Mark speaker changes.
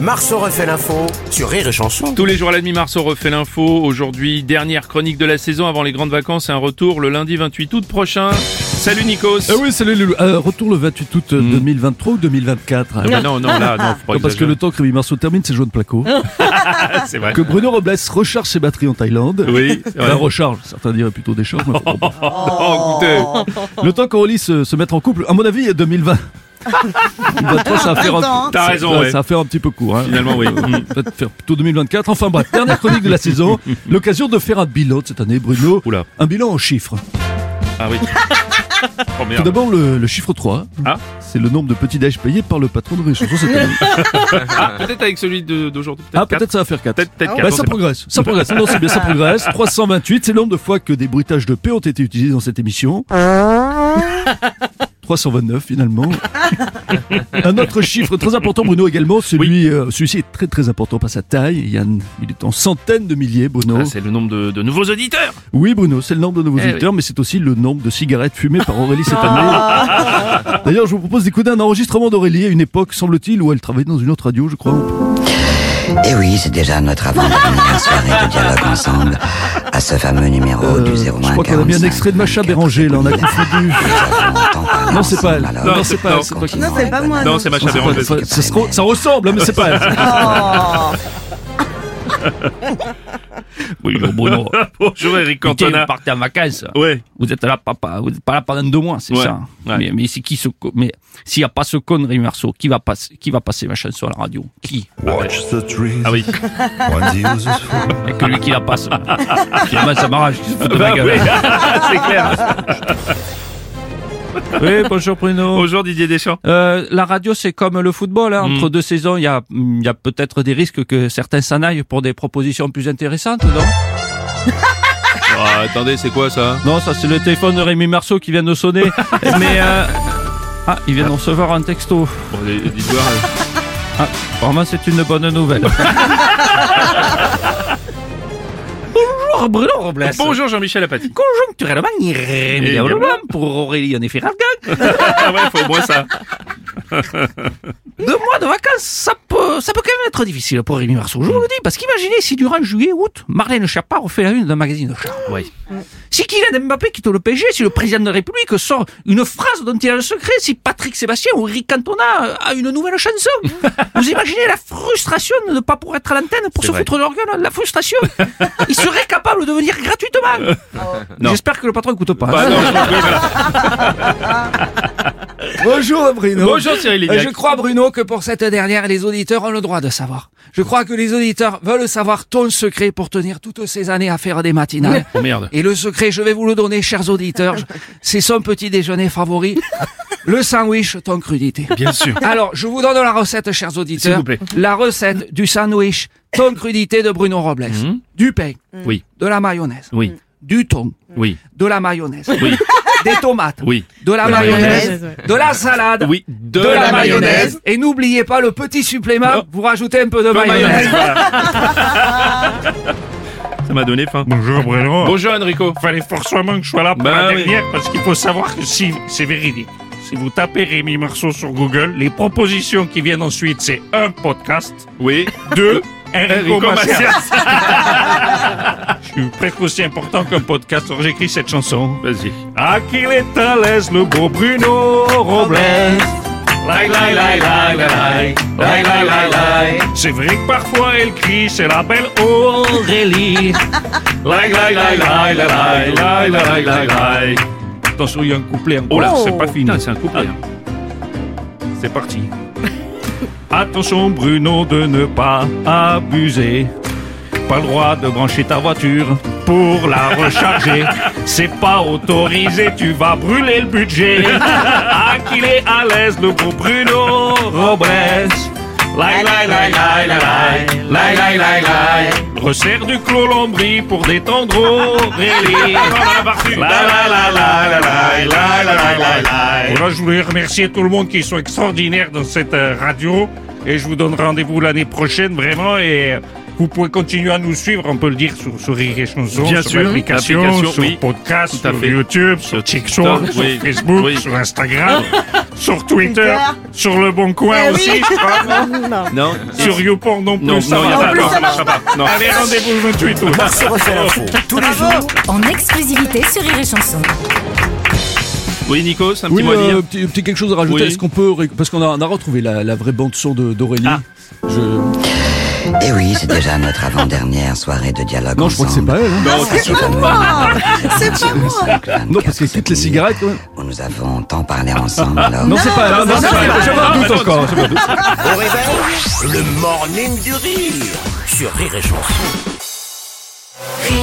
Speaker 1: Marceau refait l'info sur Rire et Chanson.
Speaker 2: Tous les jours à la demi-mars, on refait l'info. Aujourd'hui, dernière chronique de la saison avant les grandes vacances et un retour le lundi 28 août prochain. Salut Nikos
Speaker 3: Ah oui, salut Loulou. Euh, retour le 28 août euh, 2023 ou 2024 hein.
Speaker 2: Mm. Ah bah non, non, là, non, faut pas
Speaker 3: Non, parce que le temps que Rémi Marceau termine, c'est Joan Placo.
Speaker 2: Ah. exagérer, c'est vrai.
Speaker 3: que Bruno Robles recharge ses batteries en Thaïlande.
Speaker 2: Oui, c'est vrai.
Speaker 3: La recharge, certains diraient plutôt décharge. mais enfin, bon, bah.
Speaker 2: Oh, écoutez.
Speaker 3: Le temps qu'Aurélie se, se mette en couple, à mon avis, 2020. 2023, ça va faire un,
Speaker 2: T'as raison,
Speaker 3: ça,
Speaker 2: ouais.
Speaker 3: ça va faire un petit peu court. hein.
Speaker 2: Finalement, oui. Mm.
Speaker 3: Peut-être faire plutôt 2024. Enfin bref, dernière chronique de la saison. L'occasion de faire un bilan de cette année, Bruno.
Speaker 2: Oula.
Speaker 3: Un bilan en chiffres.
Speaker 2: Ah oui. Oh
Speaker 3: Tout
Speaker 2: merde.
Speaker 3: d'abord, le, le chiffre 3.
Speaker 2: Ah.
Speaker 3: C'est le nombre de petits déj payés par le patron de Rire et Chanson cette année.
Speaker 2: Ah, peut-être avec celui de- d'aujourd'hui.
Speaker 3: Ah,
Speaker 2: quatre.
Speaker 3: peut-être ça va faire 4.
Speaker 2: Peut-être peut-être
Speaker 3: Bah,
Speaker 2: quatre, on
Speaker 3: ça
Speaker 2: sait pas.
Speaker 3: progresse, ça progresse. Non, c'est bien, ça progresse. 328, c'est le nombre de fois que des bruitages de P ont été utilisés dans cette émission. 329 finalement. Un autre chiffre très important, Bruno également. Celui, euh, celui-ci est très très important par sa taille. Il, y a une- il est en centaines de milliers, Bruno.
Speaker 2: Ah, c'est le nombre de, de nouveaux auditeurs.
Speaker 3: oui, Bruno, c'est le nombre de nouveaux
Speaker 2: Eh oui.
Speaker 3: auditeurs, mais c'est aussi le nombre de cigarettes fumées par Aurélie cette année.
Speaker 2: Ah.
Speaker 3: D'ailleurs, je vous propose d'écouter un enregistrement d'Aurélie à une époque, semble-t-il, où elle travaillait dans une autre radio, je crois.
Speaker 4: Et Eh oui, c'est déjà notre avant-dernière soirée de dialogue ensemble à ce fameux numéro
Speaker 3: Euh,
Speaker 4: du 01
Speaker 3: je crois qu'on a mis un extrait de Macha Béranger, là, on a confondu. Non, c'est pas elle.
Speaker 2: Non,
Speaker 3: Non, c'est pas elle,
Speaker 2: non.
Speaker 3: c'est pas
Speaker 5: Non, c'est pas
Speaker 4: Ah,
Speaker 5: moi.
Speaker 2: Non, c'est Macha
Speaker 3: Ça,
Speaker 2: Béranger.
Speaker 3: ça- ça se re- ça ressemble, hein, mais c'est pas elle.
Speaker 2: Oui,
Speaker 3: Bon, Bruno.
Speaker 2: Bonjour Eric Cantona.
Speaker 6: partez en vacances.
Speaker 2: Ouais.
Speaker 6: Vous êtes là, papa. Vous n'êtes pas là pendant deux mois, c'est
Speaker 2: Ouais,
Speaker 6: ça.
Speaker 2: ouais.
Speaker 6: Mais, mais c'est qui ce con- Mais s'il n'y a pas ce con Rémi Marceau, qui va passer, qui va passer ma chanson à la radio Qui
Speaker 7: Watch the trees.
Speaker 2: Ah oui.
Speaker 7: One's used as food.
Speaker 6: Avec lui qui la passe. Finalement, ça m'arrache. qui se fout de ma
Speaker 2: Bah
Speaker 6: gueule.
Speaker 2: oui, c'est clair.
Speaker 6: Oui, bonjour Bruno.
Speaker 2: Bonjour Didier Deschamps.
Speaker 6: Euh, la radio, c'est comme le football. hein.
Speaker 2: Mm.
Speaker 6: Entre deux saisons, il y a, il y a peut-être des risques que certains s'en aillent pour des propositions plus intéressantes, non
Speaker 2: attendez, c'est quoi ça
Speaker 6: Non, ça c'est le téléphone de Rémi Marceau qui vient de sonner. Mais euh, ah, il vient de recevoir un texto.
Speaker 2: euh,
Speaker 6: Ah, vraiment c'est une bonne nouvelle. Bonjour Bruno Robles.
Speaker 2: Bonjour Jean-Michel Apathy.
Speaker 6: Conjoncturellement irrémédiablement pour Aurélie en effet Radgan.
Speaker 2: Ah ouais, faut au moins ça.
Speaker 6: Deux mois de vacances, ça peut, ça peut quand même être difficile pour Rémi Marceau. Je vous le dis, parce qu'imaginez si durant juillet, août, Marlène Schiappa refait la une d'un magazine de char.
Speaker 2: Oui.
Speaker 6: Si Kylian Mbappé quitte le PSG, si le président de la République sort une phrase dont il a le secret, si Patrick Sébastien ou Eric Cantona euh, a une nouvelle chanson. Vous imaginez la frustration de ne pas pouvoir être à l'antenne pour
Speaker 2: C'est
Speaker 6: se
Speaker 2: vrai.
Speaker 6: foutre de leur gueule, la frustration. Il serait capable de venir gratuitement.
Speaker 2: Non.
Speaker 6: J'espère que le patron écoute pas.
Speaker 2: Bah non, oui, voilà.
Speaker 3: Bonjour Bruno.
Speaker 2: Bonjour Cyril
Speaker 8: Euh, Je
Speaker 2: Lignac.
Speaker 8: crois, Bruno, que pour cette dernière, les auditeurs ont le droit de savoir. Je crois que les auditeurs veulent savoir ton secret pour tenir toutes ces années à faire des matinales.
Speaker 2: Oh merde.
Speaker 8: Et le secret, je vais vous le donner, chers auditeurs, je- c'est son petit déjeuner favori, le sandwich ton crudité.
Speaker 2: Bien sûr.
Speaker 8: Alors, je vous donne la recette, chers auditeurs.
Speaker 2: S'il vous plaît.
Speaker 8: La recette du sandwich ton crudité de Bruno Robles.
Speaker 2: Mhm.
Speaker 8: Du pain.
Speaker 2: Oui.
Speaker 8: De la mayonnaise.
Speaker 2: Oui.
Speaker 8: Du thon.
Speaker 2: Oui.
Speaker 8: De la mayonnaise.
Speaker 2: Oui.
Speaker 8: Des tomates.
Speaker 2: Oui.
Speaker 8: De la
Speaker 2: De la
Speaker 8: mayonnaise. De la salade
Speaker 2: Oui. De,
Speaker 8: de, la, mayonnaise. Et n'oubliez pas le petit supplément,
Speaker 2: Non.
Speaker 8: vous rajoutez un peu de,
Speaker 2: De
Speaker 8: mayonnaise.
Speaker 2: mayonnaise. Ça m'a donné faim.
Speaker 9: Bonjour Bruno.
Speaker 2: Bonjour Enrico.
Speaker 9: Fallait forcément que je sois là pour
Speaker 2: Bah
Speaker 9: la
Speaker 2: oui.
Speaker 9: dernière parce qu'il faut savoir que si c'est véridique. Si vous tapez Rémi Marceau sur Google, les propositions qui viennent ensuite, c'est un podcast,
Speaker 2: Oui.
Speaker 9: deux, Enrico
Speaker 2: Enrico Macias.
Speaker 9: Macias. Je suis presque aussi important qu'un podcast, alors j'écris cette chanson.
Speaker 2: Vas-y.
Speaker 9: À qui est à l'aise le beau Bruno Robles Lai, lai, lai, lai, lai, lai, lai, lai, lai. C'est vrai que parfois elle crie, c'est la belle Aurélie. Lai, lai, lai, lai, lai, lai, lai, lai, lai, lai. Attention, il y a un couplet encore.
Speaker 2: Oh là,
Speaker 9: c'est pas fini. Ah.
Speaker 2: Putain, c'est un couplet. hein.
Speaker 9: C'est parti. Attention Bruno de ne pas abuser. Pas le droit de brancher ta voiture pour la recharger. C'est pas autorisé, tu vas brûler le budget. Ah qu'il est à l'aise le gros Bruno Robles. Lai lai lai lai lai lai lai lai lai lai. Resserre du colombri pour détendre Aurélie. La la la la la la la la la la la. Voilà, je voulais remercier tout le monde qui sont extraordinaires dans cette euh, radio et je vous donne rendez-vous l'année prochaine vraiment et euh, Vous pouvez continuer à nous suivre, on peut le dire, sur, sur Rire et Chanson,
Speaker 2: Bien
Speaker 9: sur
Speaker 2: sûr,
Speaker 9: l'application,
Speaker 2: l'application,
Speaker 9: sur
Speaker 2: oui.
Speaker 9: podcast,
Speaker 2: Tout à
Speaker 9: sur
Speaker 2: fait.
Speaker 9: YouTube, sur TikTok,
Speaker 2: TikTok,
Speaker 9: sur
Speaker 2: oui.
Speaker 9: Facebook,
Speaker 2: Oui.
Speaker 9: sur Instagram, sur Twitter,
Speaker 5: Twitter.
Speaker 9: sur Le Bon Coin
Speaker 5: Eh oui.
Speaker 9: aussi, je crois.
Speaker 2: Non,
Speaker 9: sur YouPorn non plus,
Speaker 2: non,
Speaker 9: ça
Speaker 2: non, il y
Speaker 9: va
Speaker 2: a
Speaker 9: pas.
Speaker 2: pas,
Speaker 5: plus,
Speaker 2: non,
Speaker 5: ça
Speaker 2: ça marche pas. Non.
Speaker 9: Allez, rendez-vous le 28 août.
Speaker 1: Marceau refait l'info tous les jours
Speaker 10: En exclusivité sur Rire et Chanson.
Speaker 2: Oui, Nico, c'est un petit
Speaker 3: Oui,
Speaker 2: mot à
Speaker 3: euh,
Speaker 2: dire.
Speaker 3: petit, petit quelque chose à rajouter.
Speaker 2: Oui.
Speaker 3: Est-ce qu'on peut ré- parce qu'on a, on a retrouvé la, la vraie bande son de- d'Aurélie.
Speaker 2: Ah.
Speaker 3: Je-
Speaker 4: Et Eh oui, c'est déjà notre avant-dernière soirée de dialogue
Speaker 3: Non, je crois que c'est pas elle. hein.
Speaker 4: Non, c'est pas moi
Speaker 5: C'est pas moi.
Speaker 3: Non, parce que toutes les cigarettes. quand même.
Speaker 4: Où nous avons tant parlé ensemble, alors...
Speaker 3: Non, c'est pas elle. Non, c'est pas elle. J'avais un doute encore. J'avais un doute.
Speaker 1: Au réveil, le morning du rire sur Rire et Chanson.
Speaker 10: Rire